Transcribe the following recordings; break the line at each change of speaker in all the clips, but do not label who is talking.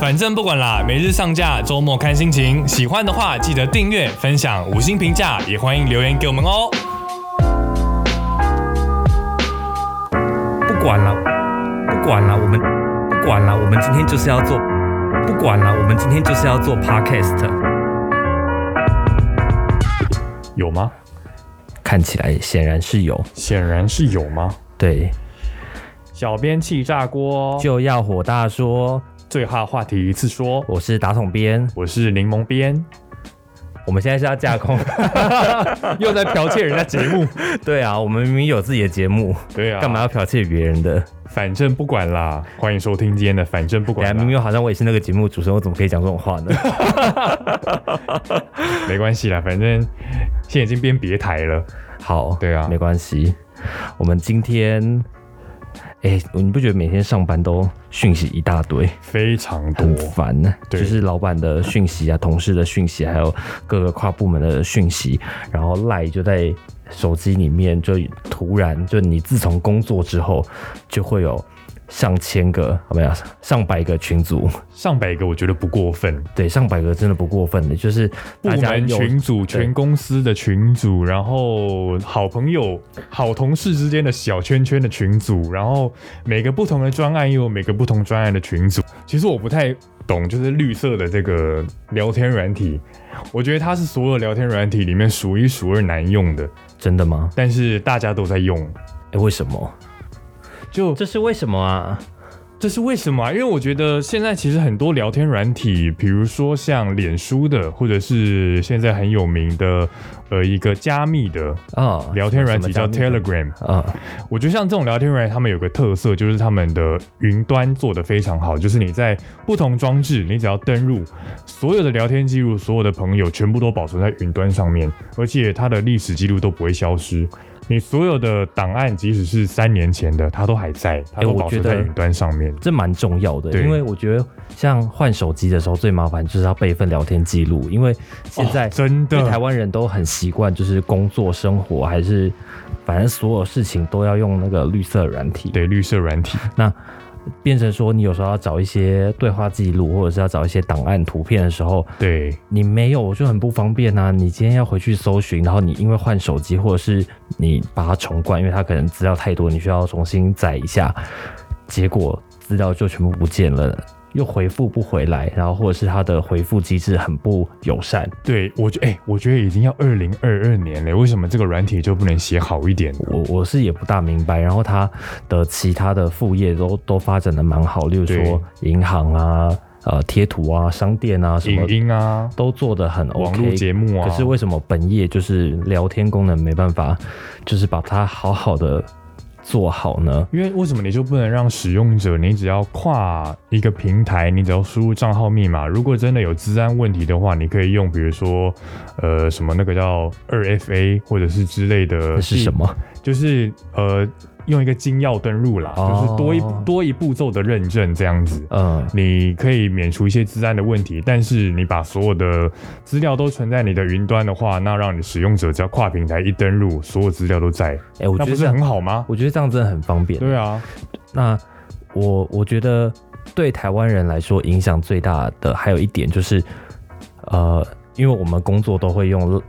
反正不管啦，每日上架，周末看心情。喜欢的话记得订阅、分享、五星评价，也欢迎留言给我们哦。
不管了，不管了，我们不管了，我们今天就是要做，不管了，我们今天就是要做 podcast。
有吗？
看起来显然是有，
显然是有吗？
对，
小编气炸锅，就
就要火大说，
最怕话题一次说。
我是打桶边，
我是柠檬边，
我们现在是要架 空，
又在剽窃人家节目。
对啊，我们明明有自己的节目，
对啊，
干嘛要剽窃别人的？
反正不管啦，欢迎收听今天的反正不
等下
管
明
啦，
明好像我也是那个节目主持人，我怎么可以讲这种话 呢？
没关系啦，反正现在已经编别台了。
好，
对啊
没关系。我们今天，哎、你不觉得每天上班都讯息一大堆，
非常多
很，烦呢？
对
就是老板的讯息啊，同事的讯息，还有各个跨部门的讯息，然后赖就在手机里面，就突然就你自从工作之后，就会有上千个，啊没有上百个群组，
上百个我觉得不过分。
对，上百个真的不过分的，就是
部
大家
门
有
群组、全公司的群组，然后好朋友、好同事之间的小圈圈的群组，然后每个不同的专案又有每个不同专案的群组。其实我不太懂，就是绿色的这个聊天软体，我觉得它是所有聊天软体里面数一数二难用的，
真的吗？
但是大家都在用，
哎、为什么？
就
这是为什么啊？
这是为什么、啊？因为我觉得现在其实很多聊天软体，比如说像脸书的，或者是现在很有名的呃一个加密的
啊，
聊天软体
什
叫
么加密的
Telegram。
啊，
我觉得像这种聊天软体，他们有个特色就是他们的云端做得非常好，就是你在不同装置，你只要登入，所有的聊天记录、所有的朋友全部都保存在云端上面，而且它的历史记录都不会消失。你所有的档案，即使是三年前的，它都还在，它都
我
保存
觉
在
得
云端上面。
这蛮重要的，
对
因为我觉得像换手机的时候最麻烦就是要备份聊天记录，因为现在、
哦真
因为台
的，
湾人都很习惯，就是工作、生活还是反正所有事情都要用那个绿色软体，
对绿色软体，
那变成说你有时候要找一些对话记录，或者是要找一些档案、图片的时候，
对
你没有就很不方便啊！你今天要回去搜寻，然后你因为换手机，或者是你把它重灌，因为它可能资料太多，你需要重新载一下，结果资料就全部不见了，又回复不回来，然后或者是它的回复机制很不友善。
对，我觉哎、我觉得已经要二零二二年了，为什么这个软体就不能写好一点呢？
我我是也不大明白，然后它的其他的副业都都发展的蛮好，例如说银行啊、呃贴图啊、商店啊什么
影音啊，
都做的很 OK，
网络节目啊，
可是为什么本业就是聊天功能没办法，就是把它好好的做好呢？
因为为什么你就不能让使用者，你只要跨一个平台，你只要输入账号密码，如果真的有治安问题的话，你可以用比如说呃什么那个叫二 FA 或者是之类的，
这是什？么？
就是呃用一个金钥登录啦，
哦
就是多一多一步骤的认证这样子。
嗯，
你可以免除一些治安的问题，但是你把所有的资料都存在你的云端的话，那让你使用者只要跨平台一登录，所有资料都在，
哎、我
那不
觉得这
是
样，
很好吗？
我觉得这样真的很方便。
对啊，
那我我觉得对台湾人来说影响最大的还有一点就是，呃，因为我们工作都会用。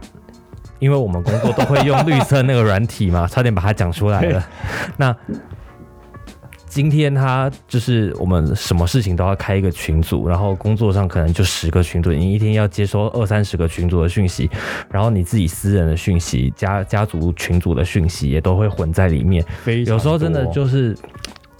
因为我们工作都会用绿色那个软体嘛，差点把它讲出来了。那今天他就是我们什么事情都要开一个群组，然后工作上可能就十个群组，你一天要接收二三十个群组的讯息，然后你自己私人的讯息、家家族群组的讯息也都会混在里面。
非常
有时候真的
多
就是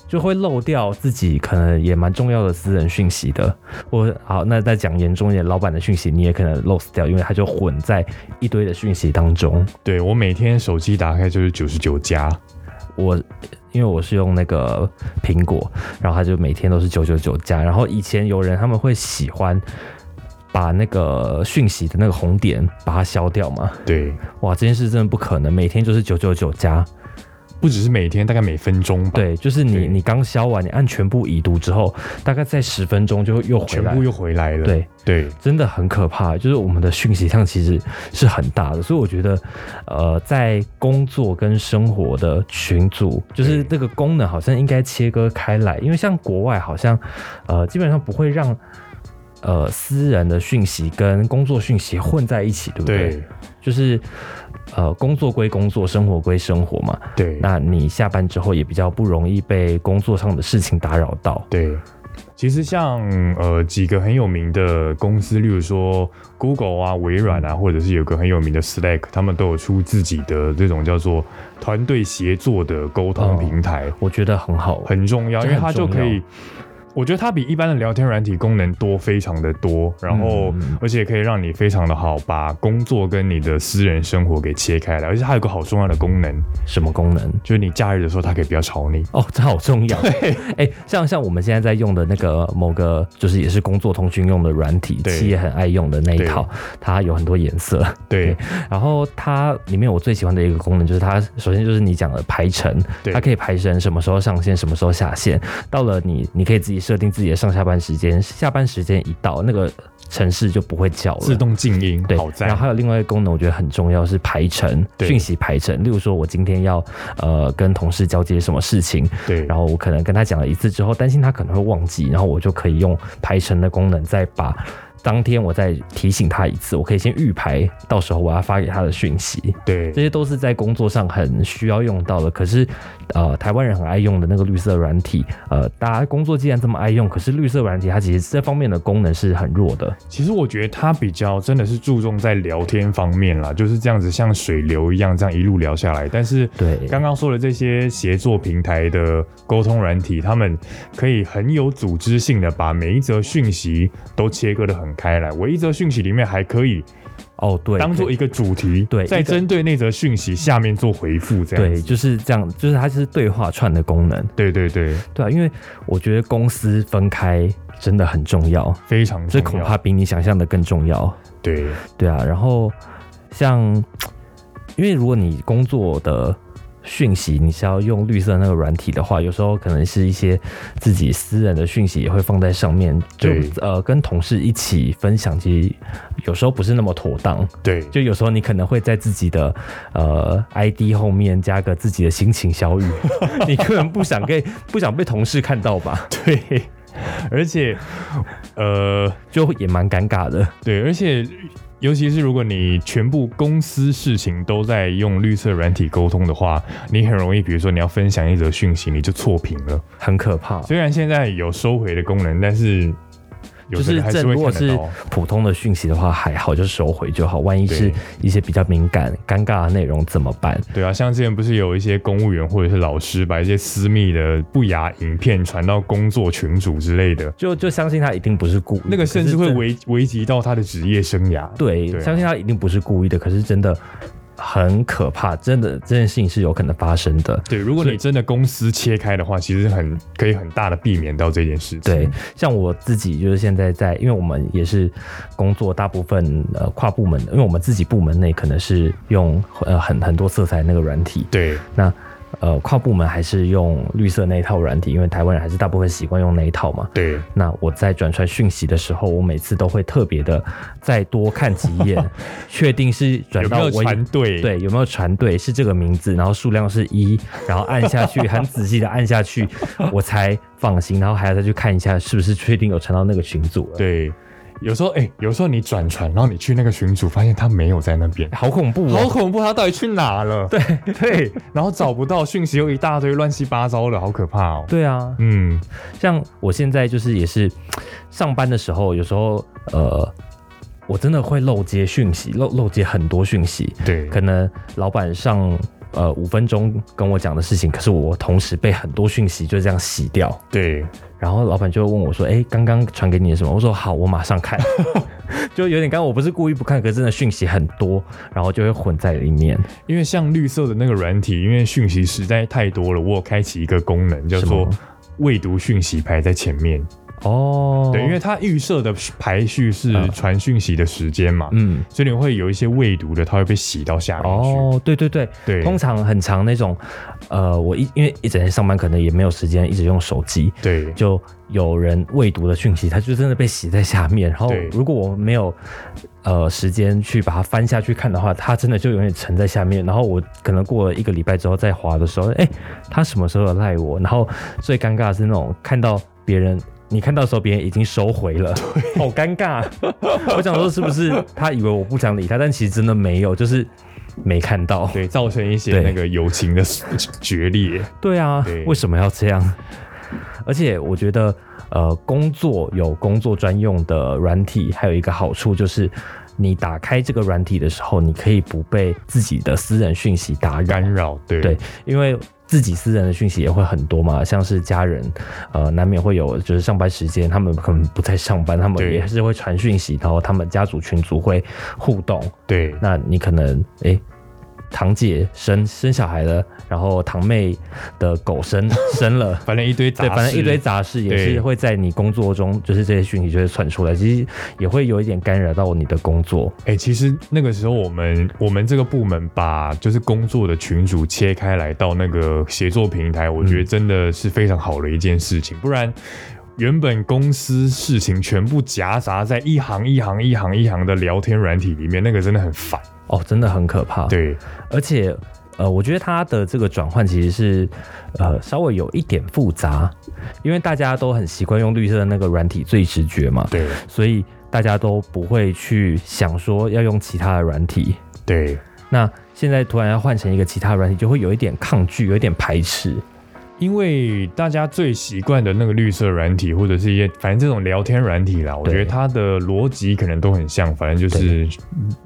就会漏掉自己可能也蛮重要的私人讯息的，或好那再讲严重一点，老板的讯息你也可能 lost 掉，因为它就混在一堆的讯息当中。
对我每天手机打开就是九十九加，
我因为我是用那个苹果，然后它就每天都是九九九加，然后以前有人他们会喜欢。把那个讯息的那个红点把它消掉嘛？
对，
哇，这件事真的不可能，每天就是九九九加，
不只是每天，大概每分钟吧。，
对，就是
对
你你刚消完，你按全部已读之后，大概在十分钟就会又回
全
来
部。又回来了。
对，
对，
真的很可怕，就是我们的讯息量其实是很大的，所以我觉得，呃，在工作跟生活的群组，就是这个功能好像应该切割开来，因为像国外好像，呃，基本上不会让呃私人的讯息跟工作讯息混在一起，对不对？
对，
就是呃，工作归工作，生活归生活嘛，
对，
那你下班之后也比较不容易被工作上的事情打扰到。
对。其实像呃几个很有名的公司，例如说 Google 啊、微软
嗯
啊，或者是有个很有名的 Slack，他们都有出自己的这种叫做团队协作的沟通
哦
平台。
我觉得很好，
很重要，
这
因为它
很
就
重
可以
要，
我觉得它比一般的聊天软体功能多非常的多，然后
嗯嗯嗯
而且可以让你非常的好把工作跟你的私人生活给切开来，而且它有个好重要的功能，
什么功能？
就是你假日的时候它可以不要吵你。
哦，这好重要。哎、像像我们现在在用的那个某个，就是也是工作通讯用的软体，
对
企业很爱用的那一
对
套，它有很多颜色。
对
然后它里面我最喜欢的一个功能就是它，首先就是你讲的排程，
对
它可以排程什么时候上线，什么时候下线。到了你，你可以自己设定自己的上下班时间，下班时间一到，那个城市就不会叫了。
自动静音，
对
好，在
然后还有另外一个功能，我觉得很重要是排程
对
讯息排程。例如说，我今天要呃跟同事交接什么事情，
对，
然
后
后我可能跟他讲了一次之后，担心他可能会忘记，然后我就可以用排程的功能再把。当天我再提醒他一次，我可以先预排，到时候我要发给他的讯息，
对
这些都是在工作上很需要用到的。可是，呃，台湾人很爱用的那个绿色软体，呃，大家工作既然这么爱用，可是绿色软体它其实这方面的功能是很弱的。
其实我觉得它比较真的是注重在聊天方面啦，就是这样子像水流一样这样一路聊下来，但是
对，
刚刚说的这些协作平台的沟通软体，他们可以很有组织性的把每一则讯息都切割的很开来。我一则讯息里面还可以
哦，对，
当做一个主题，
对
再
一个
针对那则讯息下面做回复，这样
对，
子。
就是这样，就是它是对话串的功能。
对对对，
对啊，因为我觉得公司分开真的很重要，
非常重
这
要。
恐怕比你想象的更重要。
对
对啊，然后像，因为如果你工作的讯息你是要用绿色那个软体的话，有时候可能是一些自己私人的讯息也会放在上面，就
对
呃跟同事一起分享，其实有时候不是那么妥当。
对
就有时候你可能会在自己的呃 ID 后面加个自己的心情小 语，你根本不想给不想被同事看到吧，
对，而且呃，
就也蛮尴尬的。
对，而且。尤其是如果你全部公司事情都在用绿色软体沟通的话，你很容易，比如说你要分享一则讯息，你就错评了。
很可怕，
虽然现在有收回的功能，但是有
就
的人
是
还
这
会
如果
看得
是
到。
普通的讯息的话还好，就收回就好。万一
对
是一些比较敏感、尴尬的内容怎么办？
对啊，像之前不是有一些公务员或者是老师把一些私密的不雅影片传到工作群组之类的，
就就相信他一定不是故意的，
那个甚至
嗯可
会
是这
危危及到他的职业生涯。
对，
对啊
相信他一定不是故意的，可是真的很可怕，真的这件事情是有可能发生的。
对，如果你真的公司切开的话，其实很可以很大的避免到这件事情。
对，像我自己就是现在在，因为我们也是工作大部分呃跨部门的，因为我们自己部门内可能是用呃很很多色彩那个软体，
对
那呃跨部门还是用绿色那一套软体，因为台湾人还是大部分习惯用那一套嘛。
对
那我在转传讯息的时候，我每次都会特别的再多看几眼，确定是转
有没
到
有
我
传对？
对，有没有船队是这个名字，然后数量是一，然后按下去，很仔细的按下去，我才放心，然后还要再去看一下是不是确定有传到那个群组了。，
对有时候哎、有时候你转传，然后你去那个群组，发现他没有在那 边，
好恐怖
好
哦！
恐怖，他到底去哪 了？对对，然后找不到讯息，又一大堆乱七八糟的，好可怕哦。
对啊，
嗯，
像我现在就是也是上班的时候，有时候呃，我真的会漏接讯息，漏漏接很多讯息，
对，
可能老板上。呃，五分钟跟我讲的事情，可是我同时被很多讯息就这样洗掉，
对，
然后老板就会问我说：“哎，刚刚传给你的什么？”我说：“好，我马上看。”就有点刚刚我不是故意不看，可是真的讯息很多，然后就会混在里面。
因为像绿色的那个软体，因为讯息实在太多了，我有开启一个功能叫做
什么
未读讯息排在前面。
哦，
对，因为它预设的排序是
嗯
传讯息的时间嘛，
嗯，
所以你会有一些未读的，它会被洗到下面去。
哦，对对对，
嗯对，
通常很长那种，呃，我一因为一整天上班可能也没有时间一直用手机，
对
就有人未读的讯息，它就真的被洗在下面。然后
对
如果我没有呃时间去把它翻下去看的话，它真的就永远沉在下面。然后我可能过了一个礼拜之后再滑的时候，哎、它什么时候有赖我？然后最尴尬的是那种看到别人。你看到的时候，别人已经收回了，好尴尬。我想说，是不是他以为我不想理他，但其实真的没有，就是没看到。
对，造成一些
对
那个友情的决裂。
对啊，
对
为什么要这样？ 而且我觉得，呃，工作有工作专用的软体，还有一个好处就是，你打开这个软体的时候，你可以不被自己的私人讯息打扰。
干扰，对
对，因为自己私人的讯息也会很多嘛，像是家人，呃，难免会有就是上班时间，他们可能不在上班，他们
对
也是会传讯息，然后他们家族群组会互动，
对
那你可能诶，堂姐生生小孩了，然后堂妹的狗生 生了，
反正一堆杂
对，
事，
反正一堆杂事也
对
是会在你工作中，就是这些讯息就会窜出来，其实也会有一点干扰到你的工作。
哎、其实那个时候我们我们这个部门把就是工作的群组切开来到那个协作平
嗯
台，我觉得真的是非常好的一件事情，不然。原本公司事情全部夹杂在一行一行一行一行的聊天软体里面，那个真的很烦。
哦，真的很可怕。，
对
而且呃，我觉得它的这个转换其实是呃稍微有一点复杂，因为大家都很习惯用绿色的那个软体最直觉嘛，
对
所以大家都不会去想说要用其他的软体。
对，
那现在突然要换成一个其他软体，就会有一点抗拒，有一点排斥。
因为大家最习惯的那个绿色软体，或者是一些反正这种聊天软体啦，我觉得它的逻辑可能都很像，反正就是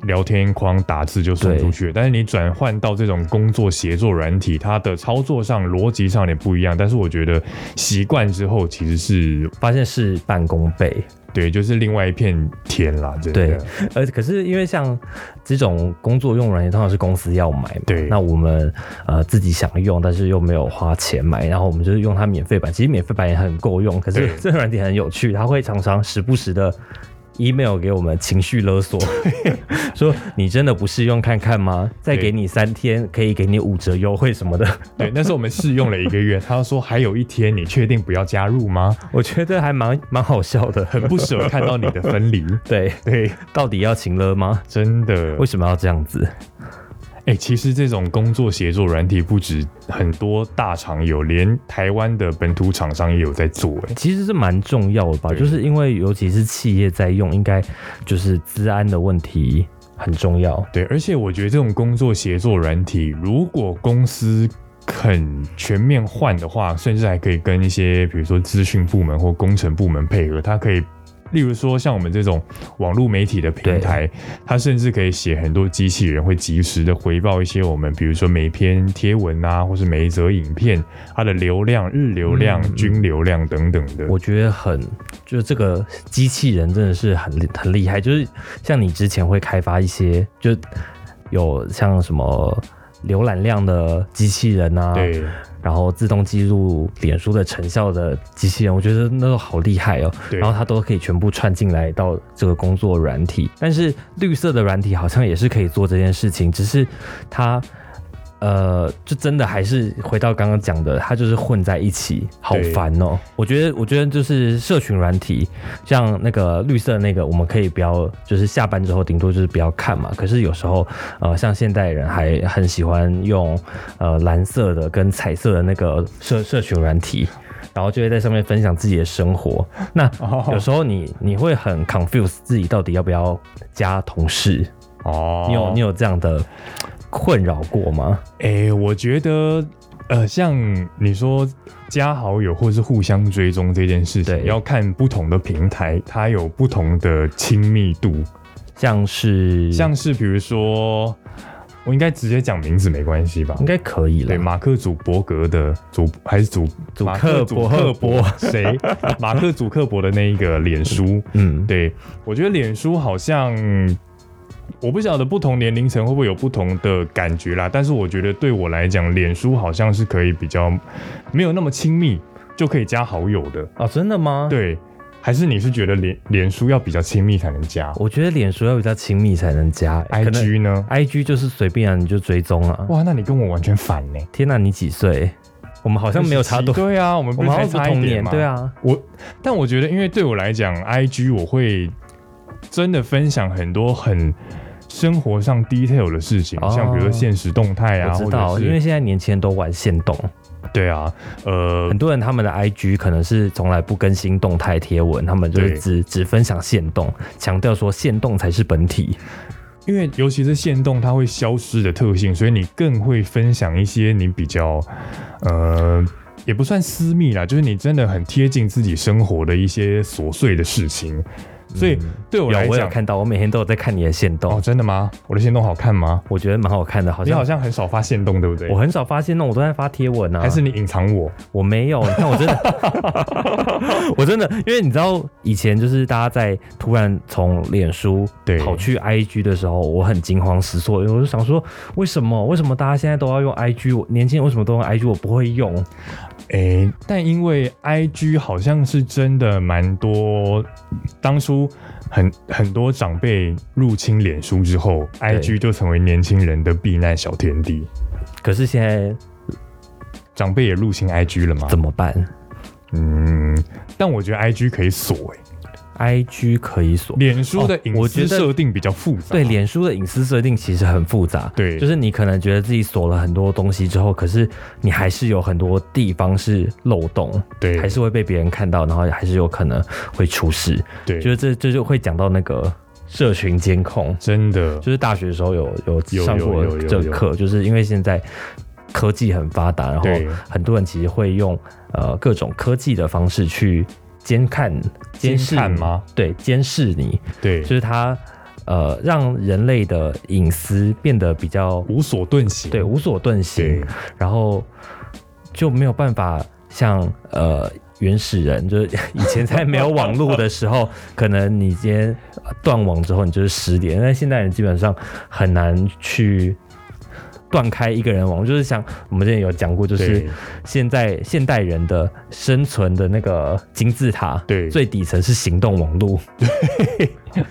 聊天框打字就送出去了。但是你转换到这种工作协作软体，它的操作上、逻辑上有点不一样。但是我觉得习惯之后，其实是
发现事半功倍，
对，就是另外一片天啦，真的
对。呃，可是因为像这种工作用软件，通常是公司要买嘛，
对
那我们呃自己想用，但是又没有花钱买，然后我们就是用它免费版，其实免费版也很够用，可是
对
这个软体很有趣，它会常常时不时的 email 给我们情绪勒索，说你真的不试用看看吗？再
对
给你三天，可以给你五折优惠什么的，
对，那时候我们试用了一个月，他说还有一天，你确定不要加入吗？
我觉得还蛮蛮好笑的，
很不舍看到你的分离。
对，
对，
到底要请了吗？
真的
为。什么要这样子？
哎、其实这种工作协作软体不止很多大厂有，连台湾的本土厂商也有在做、哎，
其实是蛮重要的吧，
对
就是因为尤其是企业在用，应该就是治安的问题很重要。
对，而且我觉得这种工作协作软体，如果公司肯全面换的话，甚至还可以跟一些比如说资讯部门或工程部门配合，它可以。例如说，像我们这种网络媒体的平台，它甚至可以写很多机器人会及时的回报一些我们，比如说每篇贴文啊，或是每一则影片它的流量、日流量、
嗯
均流量等等的。
我觉得很，就是这个机器人真的是很厉很厉害，就是像你之前会开发一些，就有像什么浏览量的机器人啊，
对，
然后自动记录脸书的成效的机器人，我觉得那都好厉害哦。
对
然后它都可以全部串进来到这个工作软体，但是绿色的软体好像也是可以做这件事情，只是它。呃，就真的还是回到刚刚讲的，它就是混在一起，好
对
烦哦、我觉得，我觉得就是社群软体，像那个绿色那个，我们可以不要，就是下班之后顶多就是不要看嘛。可是有时候，呃，像现代人还很喜欢用呃蓝色的跟彩色的那个社社群软体，然后就会在上面分享自己的生活。那
哦
有时候你你会很 confuse 自己到底要不要加同事，
哦，
你有你有这样的困扰过吗？
哎、我觉得呃，像你说加好友或是互相追踪这件事情，
对
要看不同的平台，它有不同的亲密度。
嗯像是
像是比如说，我应该直接讲名字没关系吧
应？该可以
对，
了，
马克·祖伯格的祖还是祖
祖
马克·
克
祖
伯
克
克
伯
伯
谁？ 马克·祖克伯的那一个脸书，
嗯，
对，我觉得脸书好像，我不晓得不同年龄层会不会有不同的感觉啦。但是我觉得对我来讲，脸书好像是可以比较没有那么亲密就可以加好友的。
哦，真的吗？，
对，还是你是觉得脸脸书要比较亲密才能加
我觉得脸书要比较亲密才能加、欸可能
？IG 呢？
IG 就是随便啊，你就追踪啊。
哎哇，那你跟我完全反呢、
天哪、你几岁？我们好像没有差多，
对啊，我们不
我
是
们好
才
像不
差一
同
点
年，
吗？
对。啊。
我，但我觉得，因为对我来讲，IG 我会真的分享很多很生活上 detail 的事情，
哦
像比如说现实动态啊，
我知道，
或者
因
是
为现在年轻人都玩线动，
对啊，呃
很，多人他们的 IG 可能是从来不更新动态贴文，他们就是
对
只只分享线动，强调说线动才是本体。
因为尤其是线动它会消失的特性，所以你更会分享一些你比较呃。也不算私密啦，就是你真的很贴近自己生活的一些琐碎的事情，所以对我
嗯有
来
我有
讲，
看到，我每天都有在看你的线动，
哦，真的吗？我的线动好看吗？
我觉得蛮好看的，好
你
像
好像很少发线动，对不对？
我很少发现那种我都在发贴文啊，
还是你隐藏我？
我没有，你看我真的，我真的， 因为你知道以前就是大家在突然从脸书
对
跑去 IG 的时候，我很惊慌失措，因为我就想说，为什么为什么大家现在都要用 IG？我年轻人为什么都用 IG？我不会用，
诶、但因为 I G 好像是真的蛮多，当初很很多长辈入侵脸书之后，I G 就成为年轻人的避难小天地。
可是现在
长辈也入侵 I G 了吗？
怎么办
嗯，但我觉得 I G 可以锁、诶，
？IG 可以锁。
脸书的隐
哦我觉
私
得
设定比较复杂。
对脸书的隐私设定其实很复杂，
对
就是你可能觉得自己锁了很多东西之后，可是你还是有很多地方是漏洞，
对
还是会被别人看到，然后还是有可能会出事。
对，
就是这这就会讲到那个社群监控，
真的
就是大学的时候有有
有
上过
有有有
这课，就是因为现在科技很发达，然后
对
很多人其实会用呃各种科技的方式去监看监视
监看
你
吗？
对，监视你，
对
就，是它呃让人类的隐私变得比较
无所遁形。
对无所遁
对
形，然后就没有办法像呃原始人， 就是以前在没有网络的时候，可能你今天呃断网之后你就是失联，但现代人基本上很难去。断开一个人网，络，就是像我们之前有讲过，就是
对
现在现代人的生存的那个金字塔，
对
最底层是行动网 络，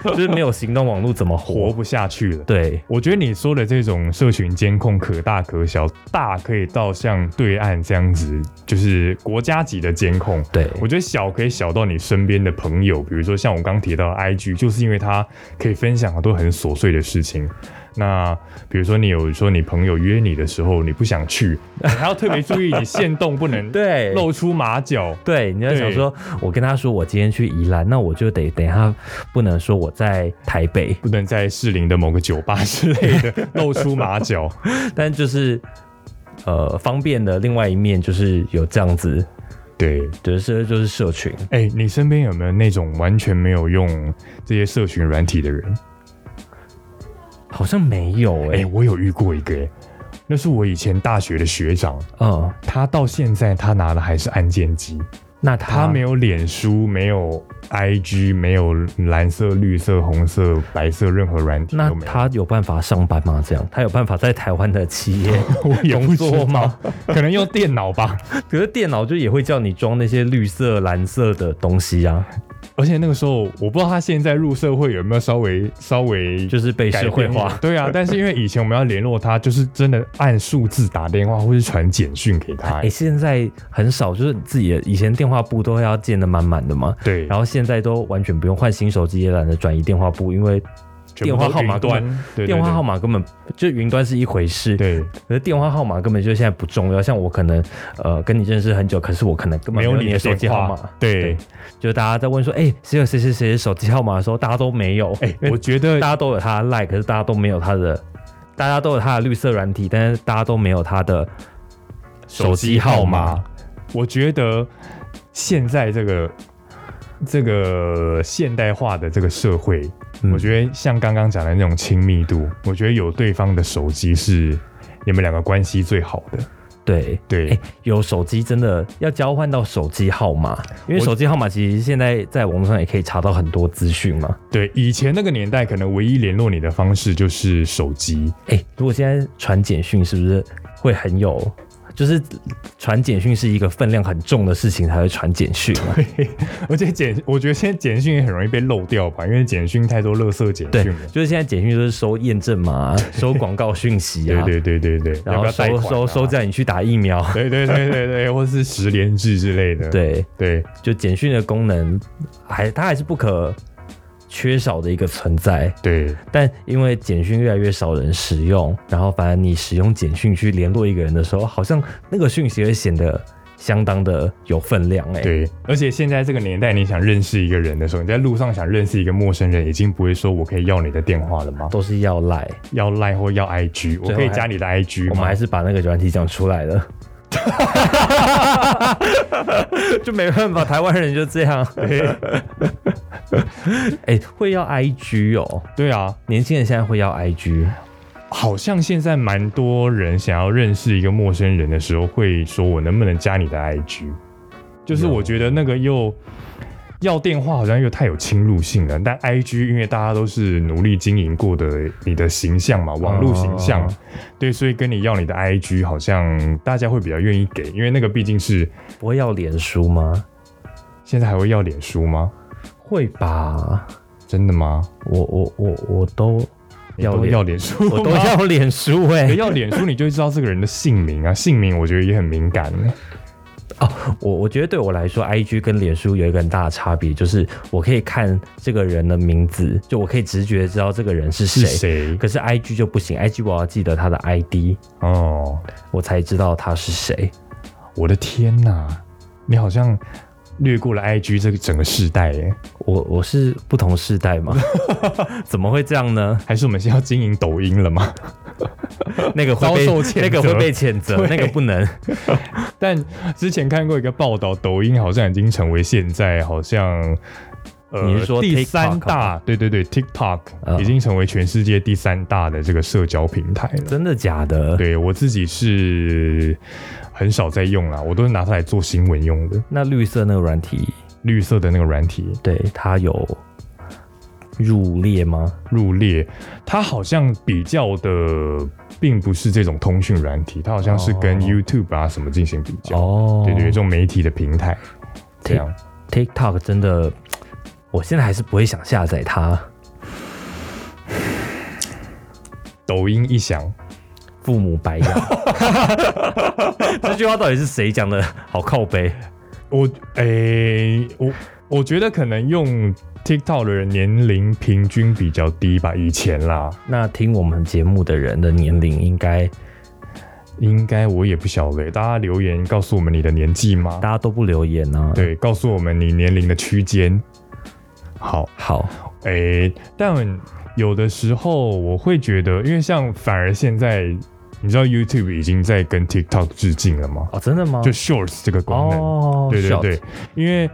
就是没有行动网络怎么
活
活？
不下去了。
对，
我觉得你说的这种社群监控可大可小，大可以到像对岸这样子，就是国家级的监控。
对
我觉得小可以小到你身边的朋友，比如说像我刚提到的 IG，就是因为它可以分享很多很琐碎的事情。那比如说你有说你朋友约你的时候，你不想去，你还要特别注意你限动不能
对
露出马脚。
对，你要想说，我跟他说我今天去宜兰，那我就得等一下不能说我在台北，
不能在士林的某个酒吧之类的露出马脚，
但就是呃方便的另外一面就是有这样子，
对，
就是就是社群，
哎、你身边有没有那种完全没有用这些社群软体的人？
好像没有
哎、
哎、
我有遇过一个、哎，那是我以前大学的学长，
嗯，
他到现在他拿的还是按键机，
那他
他没有脸书，没有 IG，没有蓝色、绿色、红色、白色任何软体
那
都没有。
他有办法上班吗？这样他有办法在台湾的 企业
我也不知
工作
道
吗？
可能用电脑吧。
可是电脑就也会叫你装那些绿色、蓝色的东西啊，
而且那个时候，我不知道他现在入社会有没有稍微稍微
就是被
改
社会
变一
化
点。。对啊，但是因为以前我们要联络他，就是真的按数字打电话或是传简讯给他、
哎、现在很少，就是自己的以前电话簿都要建的满满的嘛，
对，
然后现在都完全不用换新手机，也懒得转移电话簿，因为
全部
电话号码
都云端
根，
对对
电话号码根本就云端是一回事，
对，对
可是电话号码根本就现在不重要。像我可能呃跟你认识很久，可是我可能根本
没
没有
有
你的手机
电
号
话
码。
对，
就大家在问说，哎、谁有谁谁谁的手机号码的时候，大家都没有。
哎、
因为
我觉得
大家都有他的 like，可是大家都没有他的，大家都有他的绿色软体，但是大家都没有他的手机号码。，
我觉得现在这个这个现代化的这个社会，
嗯
我觉得像刚刚讲的那种亲密度，我觉得有对方的手机是你们两个关系最好的。
对，
对，
哎、有手机真的要交换到手机号码，因为
我
手机号码其实现在在网络上也可以查到很多资讯嘛。
对，以前那个年代，可能唯一联络你的方式就是手机。
哎、如果现在传简讯，是不是会很有就是传简讯是一个分量很重的事情才会传简讯 嘛。
而且简，我觉得现在简讯也很容易被漏掉吧，因为简讯太多垃圾简
对
讯了，。
就是现在简讯都是收验 证码、收广告讯息
对
啊，
对对对对，
然
要不
后
要
收
贷款啊
收收叫你去打疫苗。
对对对对 对，或是十连制之类的。
对，
对
就简讯的功能还它还是不可缺少的一个存在。
对
但因为简讯越来越少人使用，然后反而你使用简讯去联络一个人的时候，好像那个讯息会显得相当的有分量哎、
对，而且现在这个年代，你想认识一个人的时候，你在路上想认识一个陌生人，已经不会说我可以要你的电话了吗？
都是要赖，
要 Line 或要 IG，我
最后
可以
还
加你的 IG
我们
吗
还？是把那个软体讲出来了。就没办法，台湾人就这样。
对
哎、会要 IG 哦，
对啊，
年轻人现在会要 IG，
好像现在蛮多人想要认识一个陌生人的时候，会说我能不能加你的 IG？就是我觉得那个又要电话好像又太有侵入性了，但 IG 因为大家都是努力经营过的你的形象嘛，网络形象，
哦
对，所以跟你要你的 IG 好像大家会比较愿意给，因为那个毕竟是
不会要脸书吗？
现在还会要脸书吗？
会吧，
真的吗？
我我我我都
你都
要脸
要脸书吗，
我都 要脸书哎、
对要脸书，你就知道这个人的姓名啊，姓名我觉得也很敏感。
我我觉得对我来说，IG 跟脸书有一个很大的差别，就是我可以看这个人的名字，就我可以直觉知道这个人是
是
谁。
谁？
可是 IG 就不行，IG 我要记得他的 ID，
哦，
我才知道他是谁。
我的天哪，你好像略过了 IG 这个整个世代耶，
我我是不同世代嘛， 怎么会这样呢？
还是我们现在要经营抖音了吗？
那个会
遭受谴责
被那个会被谴责，那个不能。
但之前看过一个报道，抖音好像已经成为现在好像。呃
你是说
第
TikTok 啊
三大？对对对，TikTok、
嗯
已经成为全世界第三大的这个社交平台了。
真的假的？
对我自己是很少在用啦，我都是拿它来做新闻用的。
那绿色那个软体，
绿色的那个软体
对它有入列吗？
入列，它好像比较的并不是这种通讯软体，它好像是跟
哦
YouTube 啊什么进行比较。
哦，
对对对，这种媒体的平台这样。
TikTok 真的，我现在还是不会想下载它。
抖音一响，
父母白养，这句话到底是谁讲的？好靠背。
我诶、我我觉得可能用 TikTok 的人年龄平均比较低吧，以前啦，
那听我们节目的人的年龄应该
应该我也不晓得，大家留言告诉我们你的年纪吗？
大家都不留言啊。，
对，告诉我们你年龄的区间。好，
好，
诶、但有的时候我会觉得，因为像反而现在，你知道 YouTube 已经在跟 TikTok 致敬了吗？
哦，真的吗？
就 Shorts 这个功能。
哦，
对对
short
对，因为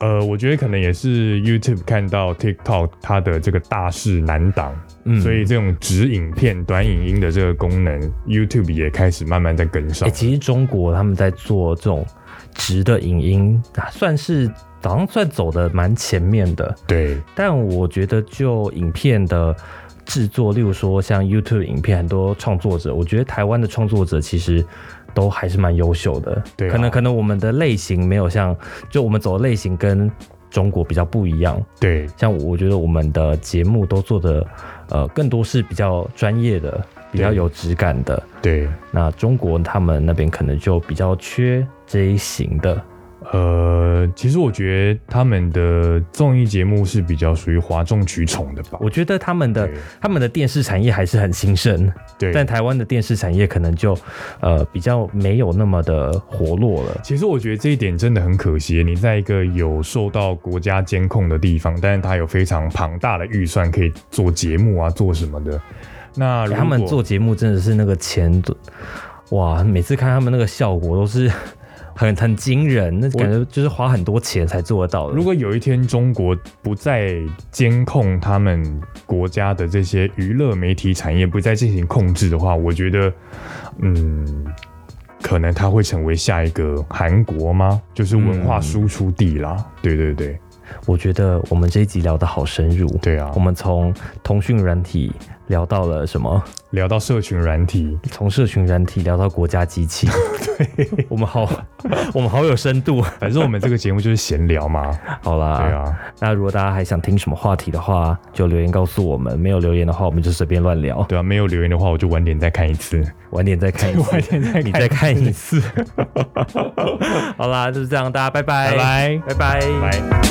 呃，我觉得可能也是 YouTube 看到 TikTok 它的这个大势难挡，
嗯
所以这种直影片、短影音的这个功能，YouTube 也开始慢慢在跟上。
哎、其实中国他们在做这种直的影音，啊算是好像算走的蛮前面的。
对
但我觉得就影片的制作，例如说像 YouTube 影片，很多创作者，我觉得台湾的创作者其实都还是蛮优秀的。
对啊
可能可能我们的类型没有像，就我们走的类型跟中国比较不一样。
对
像我我觉得我们的节目都做的，呃，更多是比较专业的，比较
对
有质感的。
对，
那中国他们那边可能就比较缺这一型的，
呃，其实我觉得他们的综艺节目是比较属于哗众取宠的吧。
我觉得他们的
对
他们的电视产业还是很兴盛，
对，
但台湾的电视产业可能就呃比较没有那么的活络了。
其实我觉得这一点真的很可惜。你在一个有受到国家监控的地方，但是它有非常庞大的预算可以做节目啊，做什么的。那如
欸
果
他们做节目真的是那个钱都，哇！每次看他们那个效果都是 很很惊人，那感觉就是花很多钱才做得到的
如。果有一天中国不再监控他们国家的这些娱乐媒体产业，不再进行控制的话，我觉得，嗯，可能它会成为下一个韩国吗？就是文化
嗯
输出地啦。对对对
我觉得我们这一集聊得好深入，
对啊
我！们从通讯软体聊到了什么，
聊到社群软体，
从社群软体聊到国家 机器，对我们好， 我们好有深度。
反正我们这个节目就是闲聊嘛。
好啦，
对啊，
那如果大家还想听什么话题的话，就留言告诉我们；没有留言的话，我们就随便乱聊，
对啊，没有留言的话，我就晚点再看一次。
晚点再看一次，
晚点再看一次
你再看 一次。好啦，就是这样，大家拜拜，
拜拜
拜拜，
拜。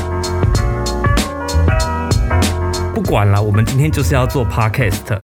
不管啦，我们今天就是要做 podcast。